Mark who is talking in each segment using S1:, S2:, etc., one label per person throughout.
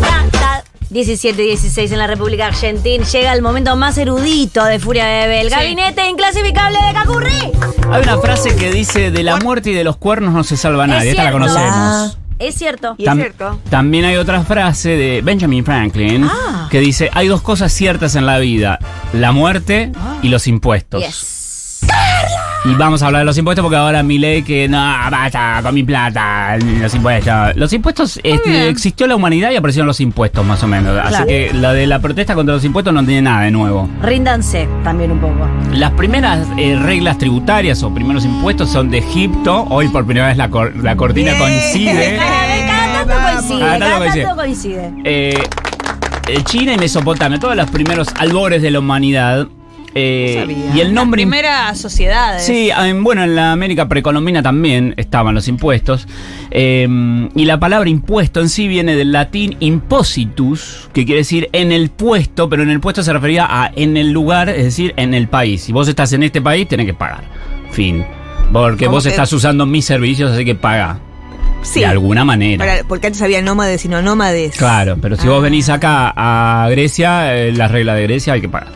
S1: Ta, ta. 17-16 en la República Argentina. Llega el momento más erudito de Furia Bebé. El gabinete inclasificable de Cacurri.
S2: Hay una frase que dice, de la muerte y de los cuernos no se salva nadie. Esta la
S1: cierto. Ah,
S2: conocemos.
S1: Es cierto.
S3: Y es
S2: Tam-
S3: cierto.
S2: También hay otra frase de Benjamin Franklin
S1: Ah.
S2: que dice, hay dos cosas ciertas en la vida, la muerte y los impuestos.
S1: Yes.
S2: Y vamos a hablar de los impuestos porque ahora mi ley que no, basta con mi plata, los impuestos. Los impuestos, este, existió la humanidad y aparecieron los impuestos más o menos. Así
S1: Claro.
S2: que la de la protesta contra los impuestos no tiene nada de nuevo.
S1: Ríndanse también un poco.
S2: Las primeras eh, reglas tributarias o primeros impuestos son de Egipto. Hoy por primera vez la, cor- la cortina coincide.
S1: Cada, vez- cada tanto coincide.
S2: Cada
S1: Cada,
S2: tanto coincide.
S1: tanto coincide.
S2: Eh, eh, China y Mesopotamia, todos los primeros albores de la humanidad. Eh,
S3: Sabía.
S2: y el nombre. imp-
S4: Primera sociedad.
S2: Sí, en- bueno, en la América precolombina también estaban los impuestos. Eh, y la palabra impuesto en sí viene del latín impositus, que quiere decir en el puesto, pero en el puesto se refería a en el lugar, es decir, en el país. Si vos estás en este país, tenés que pagar. Fin. Porque
S4: Como
S2: vos
S4: que-
S2: estás usando mis servicios, así que paga.
S4: Sí.
S2: De alguna manera.
S4: Para- Ah. porque antes había nómades y no nómades.
S2: Claro, pero si vos venís acá a Grecia, eh, las reglas de Grecia hay que pagar.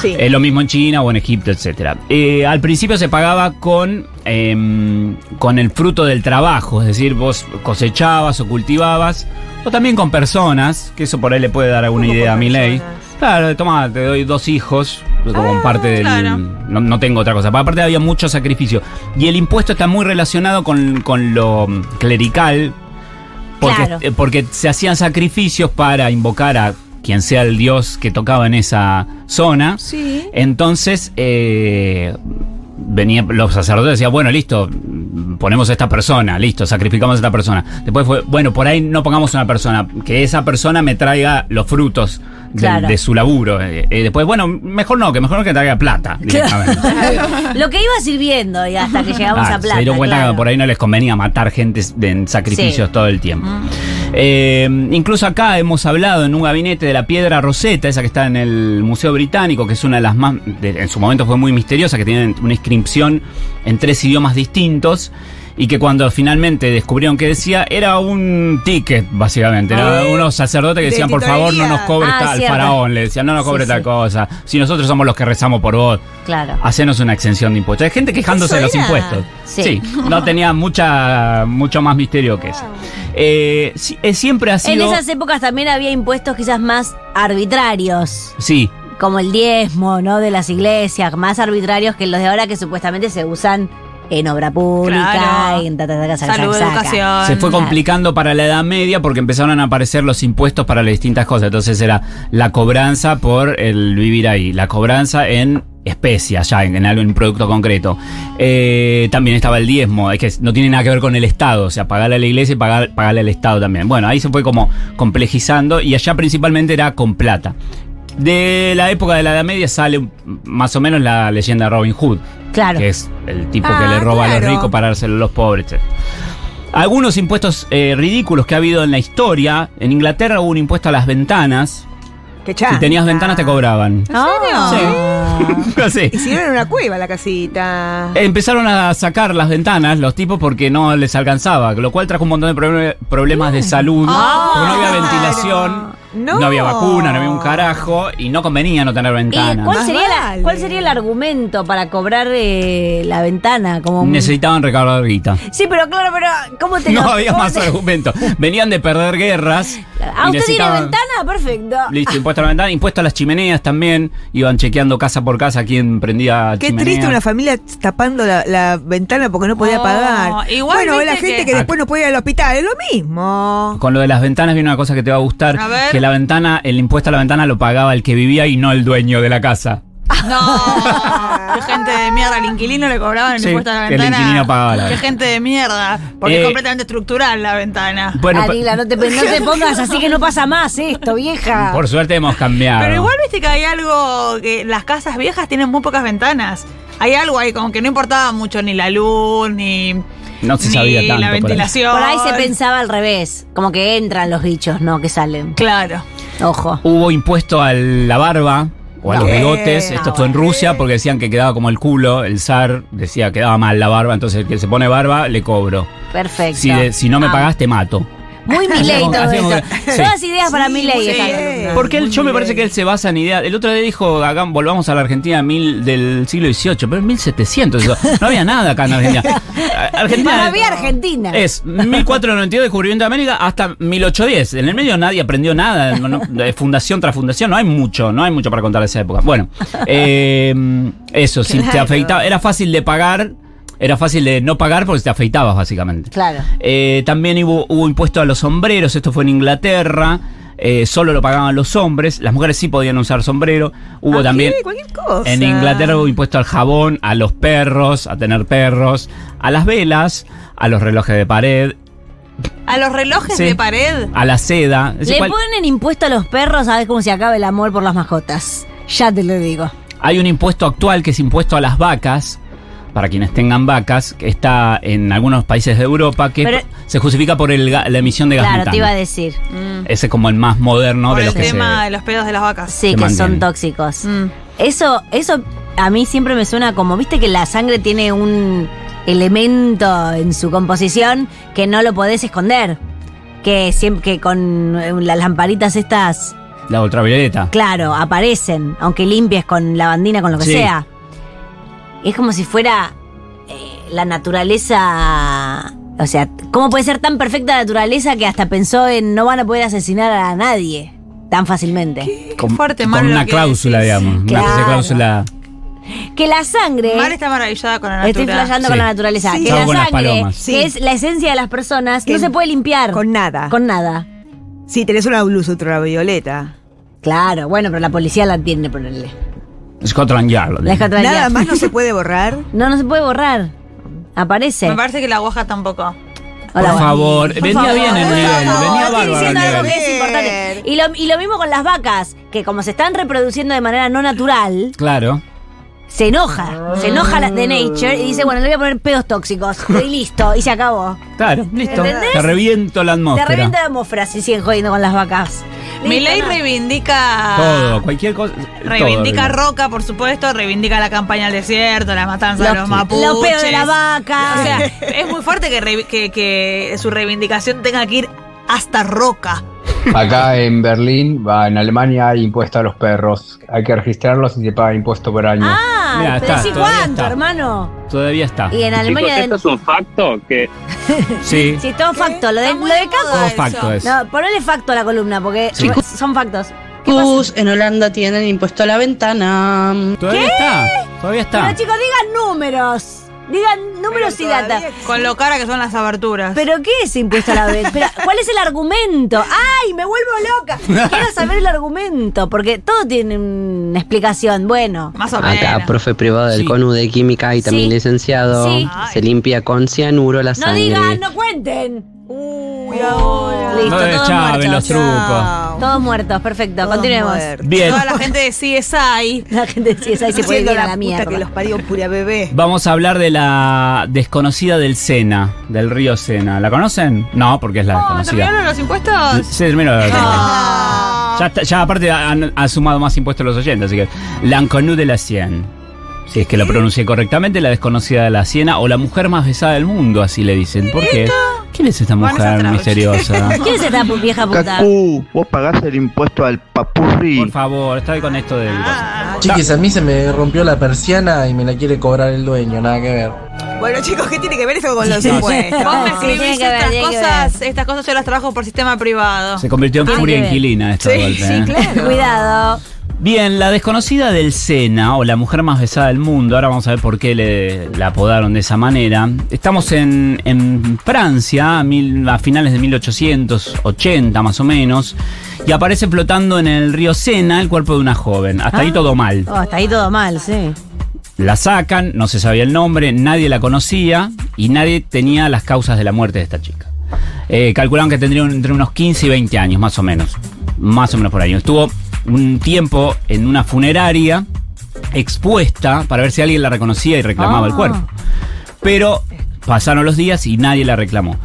S4: Sí.
S2: Es lo mismo en China o en Egipto, etcétera. Eh, al principio se pagaba con, em, con el fruto del trabajo, es decir, vos cosechabas o cultivabas, o también con personas, que eso por ahí le puede dar alguna
S4: ¿Cómo
S2: idea a
S4: con
S2: mi ley.
S4: personas? Ah,
S2: Claro, toma, te doy dos hijos, como parte del...
S4: claro.
S2: No, no tengo otra cosa. Aparte había mucho sacrificio. Y el impuesto está muy relacionado con, con lo clerical, porque,
S1: Claro.
S2: eh, porque se hacían sacrificios para invocar a quien sea el dios que tocaba en esa zona.
S4: Sí.
S2: Entonces, eh, venía, los sacerdotes decían, bueno, listo, mm, ponemos a esta persona, listo, sacrificamos a esta persona. Después fue, bueno, por ahí no pongamos una persona, que esa persona me traiga los frutos del-
S1: Claro.
S2: de su laburo. Eh, eh, después, bueno, mejor no, que mejor no que traiga plata. directamente.
S1: Lo que iba sirviendo y hasta que llegamos
S2: Ah,
S1: a plata.
S2: Se dieron cuenta
S1: claro.
S2: que por ahí no les convenía matar gente en sacrificios
S1: Sí.
S2: todo el tiempo. Eh, incluso acá hemos hablado en un gabinete de la piedra roseta, esa que está en el Museo Británico, que es una de las más, de- en su momento fue muy misteriosa, que tiene una inscripción en tres idiomas distintos. Y que cuando finalmente descubrieron que decía, era un ticket, básicamente. Era unos sacerdotes que
S4: de
S2: decían, por favor, no nos
S4: titorería".
S2: cobre
S1: Ah,
S2: tal
S1: cierto.
S2: faraón. Le decían, no nos
S1: Sí,
S2: cobre tal
S1: sí.
S2: cosa. Si nosotros somos los que rezamos por vos.
S1: Claro.
S2: Hacernos una exención de impuestos. Hay gente quejándose de los
S4: Eso era.
S2: impuestos.
S1: Sí.
S2: no tenía mucha, mucho más misterio que eso. Eh, sí, eh, siempre ha
S1: Ah. En
S2: sido.
S1: esas épocas también había impuestos quizás más arbitrarios.
S2: Sí,
S1: como el diezmo, ¿no? De las iglesias, más arbitrarios que los de ahora que supuestamente se usan en obra pública,
S4: Claro.
S1: en ta, ta, ta, ta, saca,
S4: Salud,
S1: saca.
S4: educación.
S2: se fue
S1: Claro.
S2: complicando para la Edad Media porque empezaron a aparecer los impuestos para las distintas cosas. Entonces era la cobranza por el vivir ahí, la cobranza en especias, ya en, en algo, en un producto concreto. Eh, también estaba el diezmo, es que no tiene nada que ver con el Estado, o sea, pagarle a la iglesia y pagar, pagarle al Estado también. Bueno, ahí se fue como complejizando y allá principalmente era con plata. De la época de la Edad Media sale un- más o menos la leyenda de Robin Hood,
S1: Claro.
S2: que es el tipo que
S4: Ah,
S2: le roba a los
S4: claro.
S2: ricos para dárselo a los pobres, etc. Algunos impuestos eh, ridículos que ha habido en la historia. En Inglaterra hubo un impuesto a las ventanas.
S4: Que chá.
S2: Si tenías ventanas
S4: Ah.
S2: te cobraban.
S4: ¿En serio?
S2: Así.
S4: Hicieron una cueva la casita.
S2: Empezaron a sacar las ventanas los tipos porque no les alcanzaba, lo cual trajo un montón de proble- problemas de salud.
S4: Ah,
S2: porque no había
S4: claro.
S2: ventilación, no.
S4: No.
S2: había vacuna, no había un carajo y no convenía no tener
S1: ¿Y
S2: ventanas.
S1: cuál
S4: Más
S1: sería, la-
S4: vale.
S1: cuál sería el argumento para cobrar eh, la ventana? Como un-
S2: Necesitaban recaudar guita.
S1: Sí, pero claro, pero ¿cómo te
S2: No
S1: lo-
S2: había
S1: cómo
S2: más
S1: te-
S2: argumentos. Venían de perder guerras.
S1: Ah,
S2: y
S1: ¿usted tiene
S2: necesitaban-
S1: ventana? Perfecto.
S2: Listo, impuesto a la ventana, impuesto a las chimeneas también. Iban chequeando casa por casa quién prendía
S4: Qué
S2: chimenea.
S4: triste una familia tapando la, la ventana porque no podía
S5: Oh,
S4: pagar.
S5: igual
S4: bueno, o
S5: viste
S4: la gente que...
S2: Ah.
S5: que-
S4: después no puede ir al hospital, es lo mismo.
S2: Con lo de las ventanas viene una cosa que te va a gustar,
S5: A ver.
S2: que la ventana, el impuesto a la ventana lo pagaba el que vivía y no el dueño de la casa.
S3: No, qué gente de mierda. El inquilino le cobraban el
S2: Sí,
S3: impuesto a la
S2: que el
S3: ventana.
S2: inquilino pagaba la
S3: Qué
S2: vez.
S3: gente de mierda. Porque
S2: Eh,
S3: es completamente estructural la ventana.
S2: Bueno, pe-
S1: Adila, no te, no te pongas así que no pasa más esto, vieja.
S2: por suerte hemos cambiado.
S3: Pero igual viste que hay algo que las casas viejas tienen muy pocas ventanas. Hay algo ahí como que no importaba mucho ni la luz ni,
S2: No se
S3: ni
S2: sabía tanto.
S3: la
S2: por ahí.
S3: ventilación.
S1: Por ahí se pensaba al revés, como que entran los bichos, no que salen.
S3: Claro.
S1: Ojo.
S2: Hubo impuesto a la barba o a
S1: No.
S2: los bigotes.
S4: Eh,
S2: Esto fue en Rusia porque decían que quedaba como el culo. El zar decía que quedaba mal la barba. Entonces el que se pone barba le cobro.
S1: Perfecto.
S2: Si, de- si no me
S1: Ah,
S2: pagaste, mato.
S1: Muy Milei
S2: Hacemos-
S1: todo
S2: hacemos-
S1: esto.
S2: sí.
S1: Todas ideas para
S4: Sí,
S1: Milei.
S4: sí.
S1: esta columna.
S2: Porque él, yo me parece que él se basa en ideas. El otro día dijo, acá volvamos a la Argentina mil, del siglo XVIII, pero en 1700. eso. No había nada acá en Argentina. A- Argentina
S1: Maravilla Argentina.
S2: Es 1492 descubrimiento de América hasta 1810. En el medio nadie aprendió nada. no- no- de fundación tras fundación. No hay mucho, no hay mucho para contar de esa época. Bueno, eh, eso, si te
S4: Claro.
S2: afeitaba, era fácil de pagar, era fácil de no pagar porque te afeitabas básicamente.
S1: Claro.
S2: Eh, también hubo, hubo impuesto a los sombreros, esto fue en Inglaterra. eh, solo lo pagaban los hombres, las mujeres sí podían usar sombrero. Hubo
S4: Ah,
S2: también.
S4: sí, cualquier cosa.
S2: En Inglaterra hubo impuesto al jabón, a los perros, a tener perros, a las velas, a los relojes de pared,
S3: A los relojes
S2: Sí.
S3: de pared.
S2: a la seda. Es
S1: Le
S2: igual,
S1: ponen impuesto a los perros, sabes cómo se acaba el amor por las mascotas. Ya te lo digo.
S2: Hay un impuesto actual que es impuesto a las vacas. Para quienes tengan vacas, que está en algunos países de Europa, que
S1: Pero-
S2: se justifica por el ga- la emisión de gas
S1: Claro,
S2: metano.
S1: te iba a decir.
S2: Ese es como el más
S3: mm,
S2: moderno
S3: por
S2: de
S3: el
S2: los que
S3: tema
S2: se...
S3: de los pedos de las vacas.
S1: Sí,
S2: Se
S1: que
S2: mantiene.
S1: son tóxicos.
S3: Mm.
S1: Eso, eso a mí siempre me suena como, viste que la sangre tiene un elemento en su composición que no lo podés esconder. Que siempre que con eh, las lamparitas estas,
S2: La ultravioleta.
S1: claro, aparecen, aunque limpies con lavandina, con lo que
S2: Sí.
S1: sea. Es como si fuera eh, la naturaleza. O sea, ¿cómo puede ser tan perfecta la naturaleza que hasta pensó en no van a poder asesinar a nadie tan fácilmente?
S2: Con,
S3: fuerte,
S2: con
S3: Maru, lo
S2: una
S3: que
S2: cláusula,
S3: decís.
S2: digamos. Una especie de
S1: Claro.
S2: cláusula.
S1: Que la sangre.
S3: Mar está maravillada con la
S1: Estoy
S3: natura.
S1: flasheando con
S2: Sí.
S1: la naturaleza.
S4: Sí.
S1: Que
S2: Estaba
S1: la
S2: con las
S1: sangre,
S2: palomas.
S4: Sí.
S1: que es la esencia de las personas,
S4: Que
S1: no se puede limpiar.
S4: Con nada.
S1: Con nada.
S4: Sí, tenés una luz ultravioleta.
S1: Claro, bueno, pero la policía la tiene, ponerle.
S2: Scotland Yard. lo
S1: La
S2: digo.
S1: Scotland
S4: Nada
S1: Yard.
S4: más no se puede borrar.
S1: No, no se puede borrar. Aparece.
S3: Me parece que la guaja tampoco.
S2: Por
S1: Hola, bueno.
S2: favor. venía
S3: favor,
S2: bien el
S3: por
S2: nivel.
S3: favor,
S2: Venía
S3: estoy
S2: bárbaro el
S1: diciendo algo
S2: nivel.
S1: que es importante. Y lo, y lo mismo con las vacas, que como se están reproduciendo de manera no natural,
S2: Claro.
S1: se enoja. Se enoja la de Nature y dice, bueno, le voy a poner pedos tóxicos. Y listo, y se acabó.
S2: Claro, listo.
S1: ¿Entendés?
S2: Te reviento la
S1: Te
S2: atmósfera.
S1: revienta la atmósfera si siguen jodiendo con las vacas. Listo,
S3: Mi ley
S1: no.
S3: reivindica.
S2: Todo, cualquier cosa. todo
S3: Reivindica
S2: reviento.
S3: Roca, por supuesto, reivindica la campaña al desierto, la matanza de los mapuches.
S1: Los pedos de la vaca.
S3: O sea, es muy fuerte que, re- que- que su reivindicación tenga que ir hasta Roca.
S5: Acá en Berlín, va, en Alemania hay impuesto a los perros. Hay que registrarlos y se paga impuesto por año.
S1: Ah,
S2: Mirá,
S1: pero
S2: está,
S1: decí
S2: todavía
S1: cuánto,
S2: está.
S1: hermano.
S2: Todavía está.
S1: Y en
S6: Chicos,
S1: Alemania.
S6: esto es un facto que
S2: Sí.
S1: Sí, todo facto. Lo de,
S3: Está
S1: lo
S3: muy
S1: de
S3: de
S1: Cacu-
S3: moda
S2: Todo
S3: eso.
S2: facto es.
S1: No, ponele facto a la columna, porque
S2: Sí.
S1: son factos. ¿Qué pasa?
S7: Cus, en Holanda tienen impuesto a la ventana.
S2: Todavía está. Todavía está.
S1: Pero chicos, digan números. Digan números y data.
S4: todavía-
S3: Con lo cara que son las aberturas.
S1: ¿Pero qué es impuesto a la vez? Pero, ¿Cuál es el argumento? ¡Ay, me vuelvo loca! Quiero saber el argumento, porque todo tiene una explicación. Bueno,
S3: Más o menos.
S8: Acá, profe privado del
S2: Sí.
S8: CONU de Química y también
S1: Sí.
S8: licenciado.
S1: Sí.
S8: Se limpia con cianuro la
S1: no
S8: sangre.
S1: digan, no cuenten.
S4: Uy, ahora.
S1: Listo,
S2: No le
S1: todos
S2: chaven
S1: muertos.
S2: los trucos.
S4: Chao.
S1: Todos muertos, perfecto,
S4: Todos
S1: continuemos.
S4: muertos.
S2: Bien.
S3: Toda la gente de CSI.
S1: La gente decía, ahí se puede ir
S4: Siendo
S1: a
S4: la,
S1: la, mierda.
S4: puta que los parió pura bebé.
S2: Vamos a hablar de la desconocida del Sena, del río Sena. ¿La conocen? No, porque es la
S3: Oh,
S2: desconocida.
S3: ¿Terminaron los impuestos?
S2: Se terminó la
S3: Ah.
S2: Ya, está- ya aparte han, han sumado más impuestos los oyentes, así que Lanconu de la Sien. Si es que lo pronuncié correctamente, la desconocida de la Siena o la mujer más besada del mundo, así le dicen. ¿Por qué? ¿Quién es esta
S3: Vanessa
S2: mujer
S3: Trauch.
S2: misteriosa?
S1: ¿Quién es esta pu- vieja puta?
S9: Cacú, vos pagás el impuesto al papurri.
S2: Por favor, estoy con esto del.
S1: Ah.
S10: Chiquis, a mí se me rompió la persiana y me la quiere cobrar el dueño, nada que ver.
S4: Bueno, chicos, ¿qué tiene que ver eso con los
S2: Sí.
S4: impuestos?
S3: Vos me
S1: Sí, tiene
S3: escribís
S1: que ver,
S3: estas
S1: tiene que
S3: cosas, estas cosas yo las trabajo por sistema privado.
S2: Se convirtió en
S1: Ah,
S2: furia
S1: qué bien.
S2: inquilina esto de golpe, ¿eh?
S4: claro.
S1: Cuidado.
S2: Bien, la desconocida del Sena, o la mujer más besada del mundo, ahora vamos a ver por qué le, la apodaron de esa manera. Estamos en, en Francia, a, mil- a finales de 1880 más o menos, y aparece flotando en el río Sena el cuerpo de una joven. Hasta ahí
S1: Ah.
S2: todo mal.
S1: Oh, hasta ahí todo mal, sí.
S2: La sacan, no se sabía el nombre, nadie la conocía y nadie tenía las causas de la muerte de esta chica. Eh, calculaban que tendría un- entre unos 15 y 20 años, más o menos. Más o menos por año. Estuvo un tiempo en una funeraria expuesta para ver si alguien la reconocía y reclamaba
S1: Ah.
S2: el cuerpo. Pero pasaron los días y nadie la reclamó.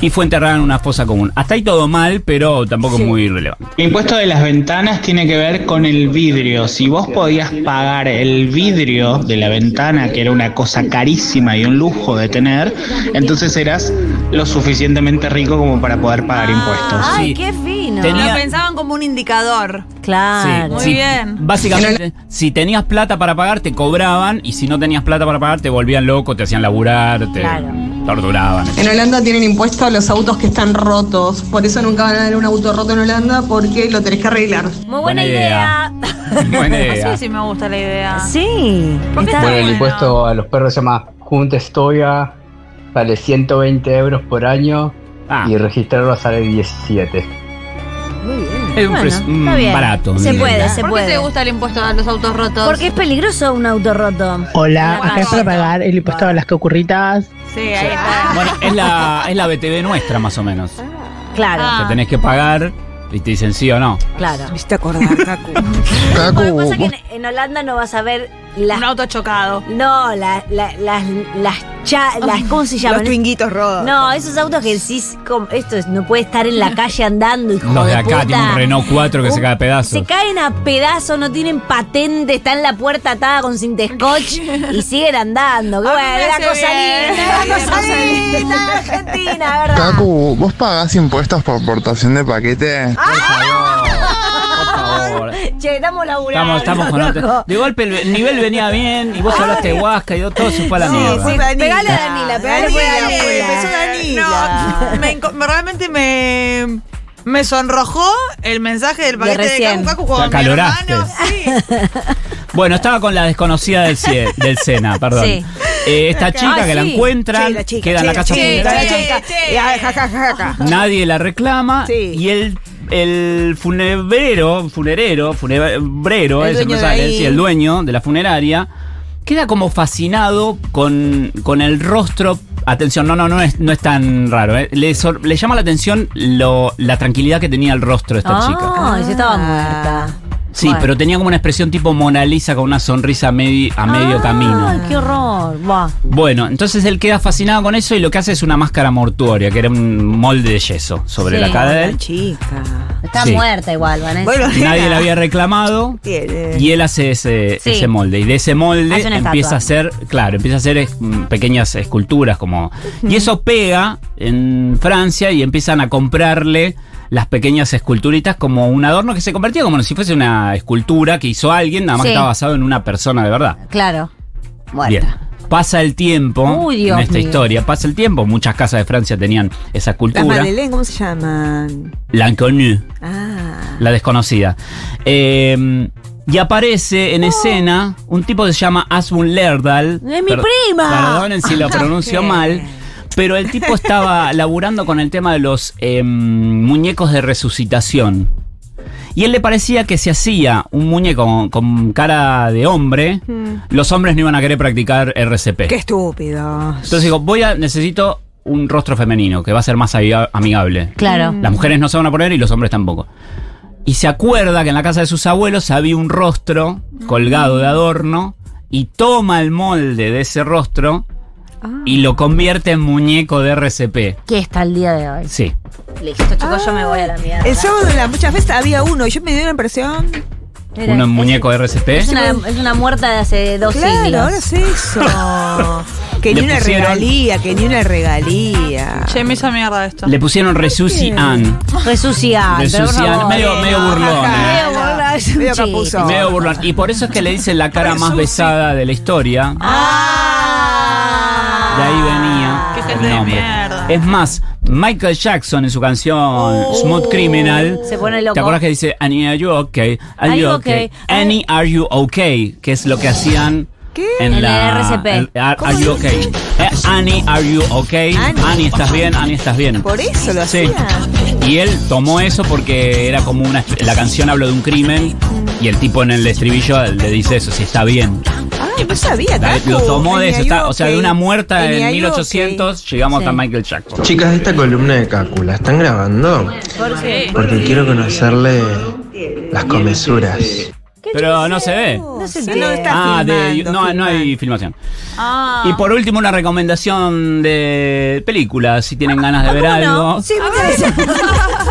S2: Y fue enterrada en una fosa común. Hasta ahí todo mal, pero tampoco
S1: Sí.
S2: muy relevante.
S6: El impuesto de las ventanas tiene que ver con el vidrio. Si vos podías pagar el vidrio de la ventana, que era una cosa carísima y un lujo de tener, entonces eras lo suficientemente rico como para poder pagar impuestos.
S1: Ay,
S2: Sí.
S1: qué fino.
S2: Tenía-
S3: Lo pensaban como un indicador.
S1: Claro.
S3: Muy
S2: Sí,
S3: bien.
S2: Básicamente, si tenías plata para pagar, te cobraban, y si no tenías plata para pagar, te volvían loco, te hacían laburar, te
S1: Claro.
S2: torturaban.
S11: En Holanda tienen impuesto a los autos que están rotos. Por eso nunca van a dar un auto roto en Holanda porque lo tenés que arreglar.
S1: Muy buena,
S2: Buena
S1: idea.
S2: idea. Buena idea.
S3: Así sí me gusta la idea.
S1: Sí.
S3: ¿Por qué
S1: Está-
S3: está
S5: Bueno, el
S3: bueno?
S5: impuesto a los perros se llama Juntestoia, sale 120 euros por año
S2: Ah,
S5: y registrarlo sale 17.
S1: Muy bien.
S2: es un
S1: Bueno,
S2: pres- un
S1: está bien.
S2: barato.
S1: Se
S2: ¿no?
S1: puede, se
S3: ¿Por qué te
S1: puede.
S3: gusta el impuesto a los autos rotos?
S1: Porque es peligroso un auto roto.
S12: Hola,
S3: Bueno,
S12: acá es para pagar el impuesto a las cocurritas.
S3: Sí, ahí está.
S2: Bueno, es la, es la BTV nuestra, más o menos.
S1: Claro,
S3: Ah.
S2: Que tenés que pagar y te dicen sí o no.
S1: claro.
S4: ¿Viste acordar, Kaku?
S1: Lo que pasa es que en, en Holanda no vas a ver las.
S3: Un auto chocado.
S1: No, la- la- las. Las. cha- las ¿Cómo se
S4: Los
S1: llaman?
S4: twinguitos rodos.
S1: No, esos autos que decís, como, esto es- no puede estar en la calle andando, hijo
S2: Los de
S1: puta.
S2: acá, tienen un Renault 4 que se
S1: Un-
S2: cae a pedazos.
S1: Se caen a pedazos, no tienen patente, están en la puerta atada con cinta scotch y siguen andando. Qué
S3: A mí
S1: bueno,
S3: me
S1: la
S3: hace
S1: cosa
S3: bien,
S1: linda, la
S3: la
S1: cosa
S3: cosa
S1: linda, Argentina, ¿verdad?
S13: Kaku, ¿vos pagás impuestos por portación de paquete?
S2: Por favor.
S1: Che, estamos laburando.
S2: Estamos, estamos con otro.
S1: loco.
S2: De golpe el, el nivel venía bien y vos hablaste de Huasca y todo se fue a la
S4: Sí,
S2: mierda.
S4: sí, Danila.
S1: Pegale a Danila, pegale
S4: Danila,
S1: a Danila.
S4: empezó Danila.
S3: No, me, enco- me- realmente me, me sonrojó el mensaje del paquete de,
S1: recién.
S3: Cacu Cacu con
S2: Te
S3: mi
S2: acaloraste.
S3: hermano. Sí.
S2: Bueno, estaba con la desconocida del, Cie- del Sena, perdón.
S1: Sí.
S2: Eh, esta chica
S1: Ah,
S2: que la
S1: sí.
S2: encuentran,
S4: Sí, la chica,
S2: queda en la
S4: sí,
S2: casa
S4: sí,
S2: funeraria,
S4: sí,
S3: funeraria.
S4: sí, sí. Y, ah, ja, ja, ja, ja.
S2: nadie la reclama
S4: Sí.
S2: y el, el funebrero, funerero, funebrero,
S4: El
S2: ese no
S4: dueño de
S2: sale,
S4: ahí.
S2: sí, el dueño de la funeraria, queda como fascinado con, con el rostro. Atención, no, no, no es, no es tan raro. eh. Le, sor- le llama la atención lo- la tranquilidad que tenía el rostro de esta chica.
S1: Ah, yo estaba muerta.
S2: Sí,
S1: Bueno.
S2: pero tenía como una expresión tipo Mona Lisa con una sonrisa medi- a medio
S1: Ah,
S2: camino.
S1: qué horror. Va.
S2: Bueno, entonces él queda fascinado con eso y lo que hace es una máscara mortuoria, que era un molde de yeso sobre
S1: Sí.
S2: la cara de él.
S4: chica.
S1: Está
S2: Sí.
S1: muerta igual, Vanessa.
S4: Bueno,
S2: Nadie
S4: nena,
S2: ¿Eh? la había reclamado
S4: tiene.
S2: y él hace ese,
S1: Sí.
S2: ese molde. Y de ese molde
S1: Hace una
S2: empieza a hacer, claro, empieza a hacer es- mm, pequeñas esculturas como... Y eso pega en Francia y empiezan a comprarle las pequeñas esculturitas como un adorno que se convertía como si fuese una escultura que hizo alguien, nada más
S1: Sí.
S2: que estaba basado en una persona de verdad.
S1: Claro. Muerta.
S2: Bien. Pasa el tiempo
S1: Uy, Dios
S2: en esta
S1: mío.
S2: historia, pasa el tiempo, muchas casas de Francia tenían esa
S4: Las
S2: cultura.
S4: Madeleine, ¿cómo se llaman?
S2: La inconnue,
S4: Ah.
S2: la desconocida. Eh, y aparece en escena un tipo que se llama Asbun Lerdal.
S1: ¡Es mi prima!
S2: Perdonen si lo pronuncio mal. Pero el tipo estaba laburando con el tema de los em, muñecos de resucitación. Y él le parecía que si hacía un muñeco con, con cara de hombre,
S1: Hmm.
S2: los hombres no iban a querer practicar RCP.
S4: Qué estúpido.
S2: Entonces digo, voy a, necesito un rostro femenino que va a ser más amiga- amigable.
S1: Claro.
S2: Las mujeres no se van a poner y los hombres tampoco. Y se acuerda que en la casa de sus abuelos había un rostro colgado de adorno y toma el molde de ese rostro y lo convierte en muñeco de RCP.
S1: ¿Qué está el día de hoy?
S2: Sí.
S1: Listo, chicos, yo me voy a la mierda.
S4: El sábado en las muchas veces había uno y yo me dio la impresión.
S1: Era-
S2: un
S1: es-
S2: muñeco de RCP.
S1: Es una, es una muerta de hace dos
S4: Claro, ahora
S1: siglos.
S4: es eso. que ni
S2: Le
S4: una
S2: pusieron-
S4: regalía, que ni una regalía.
S3: Che, me hizo mierda esto.
S2: Le pusieron Resusi Ann.
S1: Resucian.
S2: Resucian, medio- medio burlón, eh.
S1: Medio burlón, es un
S4: Medio
S1: chiste.
S4: capuzo.
S2: Medio burlón. Y por eso es que le dicen la cara más besada de la historia.
S1: Ah.
S2: De ahí venía.
S3: Qué
S2: el
S3: gente de
S2: nombre.
S3: mierda.
S2: Es más, Michael Jackson en su canción Smooth Criminal.
S1: Se pone loco.
S2: ¿Te acuerdas que dice Annie, are you okay? Are, you okay? Annie, are you okay? Que es lo que hacían en
S1: En
S2: la
S1: el RCP.
S2: en- Are, are you okay? Eh, Annie, are you okay? Annie. ¿estás bien? Annie, ¿estás bien?
S4: Por eso lo
S2: Sí.
S4: hacía.
S2: Y él tomó eso porque era como una. La canción habló de un crimen y el tipo en el estribillo le dice eso, si está bien.
S4: Ah, no sabía,
S2: La-
S4: Cacu.
S2: Eh, Lo tomó de
S4: Tenía
S2: eso,
S4: yo,
S2: está- o sea,
S4: ok.
S2: de una muerta
S4: Tenía
S2: en
S4: yo,
S2: 1800 llegamos
S4: Sí.
S2: hasta Michael Jackson.
S14: Chicas, esta columna de Cácula, ¿están grabando?
S1: ¿Por qué?
S14: Porque quiero conocerle las comesuras.
S2: Pero no se ve.
S1: No se
S4: No, no
S1: entiende.
S4: está
S2: Ah, de-
S4: filmando,
S2: no, no hay filmación.
S3: Ah.
S2: Y por último, una recomendación de películas, si tienen ganas de ver
S4: ¿Cómo no?
S2: algo.
S4: Sí, me
S1: Ah,
S4: interesa.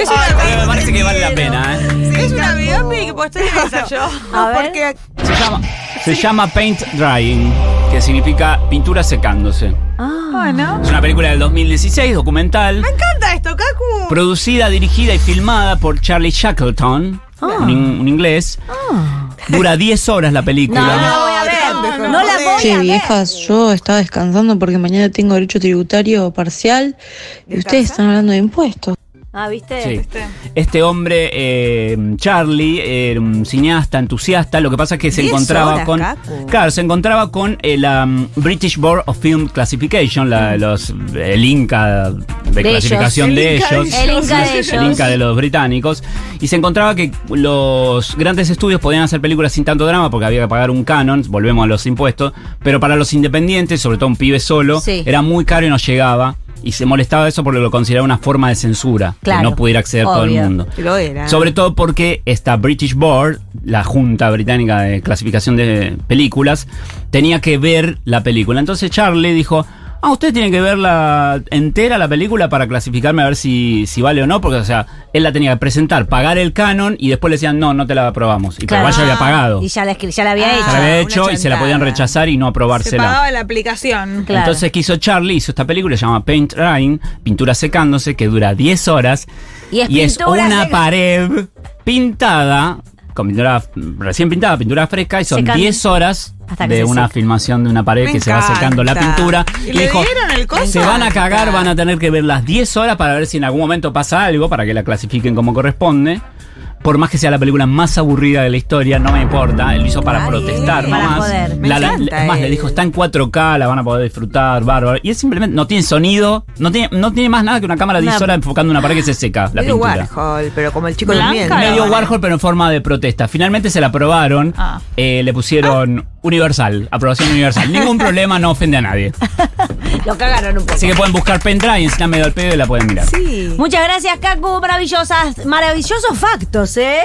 S3: Es una,
S2: Me parece que vale la pena, ¿eh?
S3: es una biopic, pues estoy en esa yo.
S4: No,
S1: ver.
S4: porque
S2: Se llama, se llama Paint Drying, que significa pintura secándose.
S1: Ah.
S3: Bueno.
S2: Es una película del 2016, documental,
S3: Me encanta esto, Kaku.
S2: producida, dirigida y filmada por Charlie Shackleton, un, in- un inglés. Dura 10 horas la película.
S1: No, no la voy a ver. No, la voy
S7: Che,
S1: a ver.
S7: viejas, Ah, yo estaba descansando porque mañana tengo derecho tributario parcial y ustedes están hablando de impuestos.
S1: Ah, ¿viste?
S2: Sí. Este hombre, eh, Charlie, era un cineasta, entusiasta. Lo que pasa es que se
S4: Diez
S2: encontraba
S4: horas,
S2: con.
S4: Cacu.
S2: Claro, se encontraba con el um, British Board of Film Classification, la- los, el Inca de,
S1: De
S2: clasificación
S1: ellos.
S2: de
S1: El Inca de
S2: ellos.
S1: ellos. El Inca de
S2: El
S1: ellos.
S2: Inca de los británicos. Y se encontraba que los grandes estudios podían hacer películas sin tanto drama porque había que pagar un canon, volvemos a los impuestos. Pero para los independientes, sobre todo un pibe solo,
S1: Sí.
S2: era muy caro y no llegaba. Y se molestaba eso porque lo consideraba una forma de censura.
S1: Claro.
S2: Que no pudiera acceder todo el
S1: Obvio.
S2: mundo.
S4: lo era.
S2: Sobre todo porque esta British Board, la Junta Británica de Clasificación de Películas, tenía que ver la película. Entonces Charlie dijo, ah, ustedes tienen que verla entera la película para clasificarme a ver si, si vale o no, porque, o sea, él la tenía que presentar, pagar el canon y después le decían, no, no te la aprobamos. Y
S1: Claro.
S2: Paraguay ya había pagado.
S1: Y
S2: Ya
S1: ya la, escri- ya la había
S4: Ah.
S1: hecho.
S2: la había
S4: una
S2: hecho y se la
S4: chantada.
S2: podían rechazar y no
S3: Se
S2: aprobársela.
S3: pagaba la aplicación.
S1: Claro.
S2: Entonces, ¿qué hizo Charlie? Hizo esta película, se llama Paint Drying, pintura secándose, que dura 10 horas.
S1: Y es pintura
S2: una
S1: seca.
S2: pared pintada, con pintura recién pintada, pintura fresca, y son
S1: Secando.
S2: 10 horas
S1: Hasta que
S2: de
S1: se
S2: una
S1: seca.
S2: filmación de una pared
S4: Me
S2: que se va secando la
S4: encanta.
S2: pintura.
S3: Y
S2: Y
S3: le
S2: dijo,
S3: dieron el coso.
S2: se van a cagar,
S4: encanta.
S2: van a tener que ver las 10 horas para ver si en algún momento pasa algo, para que la clasifiquen como corresponde. Por más que sea la película más aburrida de la historia, no me importa. Él lo hizo para
S4: Está bien.
S2: protestar
S1: Para
S2: nomás.
S1: joder.
S4: Me
S2: La- la-
S4: encanta
S2: es más,
S4: él.
S2: le dijo, está en 4K, la van a poder disfrutar, bárbaro. Y es simplemente, no tiene sonido, no tiene, no tiene más nada que una cámara de 10
S1: Una-
S2: horas enfocando una pared que se seca, la
S4: medio
S2: pintura.
S4: Warhol, pero como el chico
S3: Blanca
S4: durmiendo.
S3: era
S2: Medio
S3: Warhol.
S2: Warhol, pero en forma de protesta. Finalmente se la aprobaron,
S3: Ah.
S2: eh, le pusieron
S1: Ah.
S2: Universal, aprobación universal. Ningún problema, no ofende a nadie.
S1: Lo cagaron un poco.
S2: Así que pueden buscar Pendrive, encima medio al pedo y la pueden mirar.
S4: Sí.
S1: Muchas gracias, Cacu. Maravillosas, maravillosos factos, ¿eh?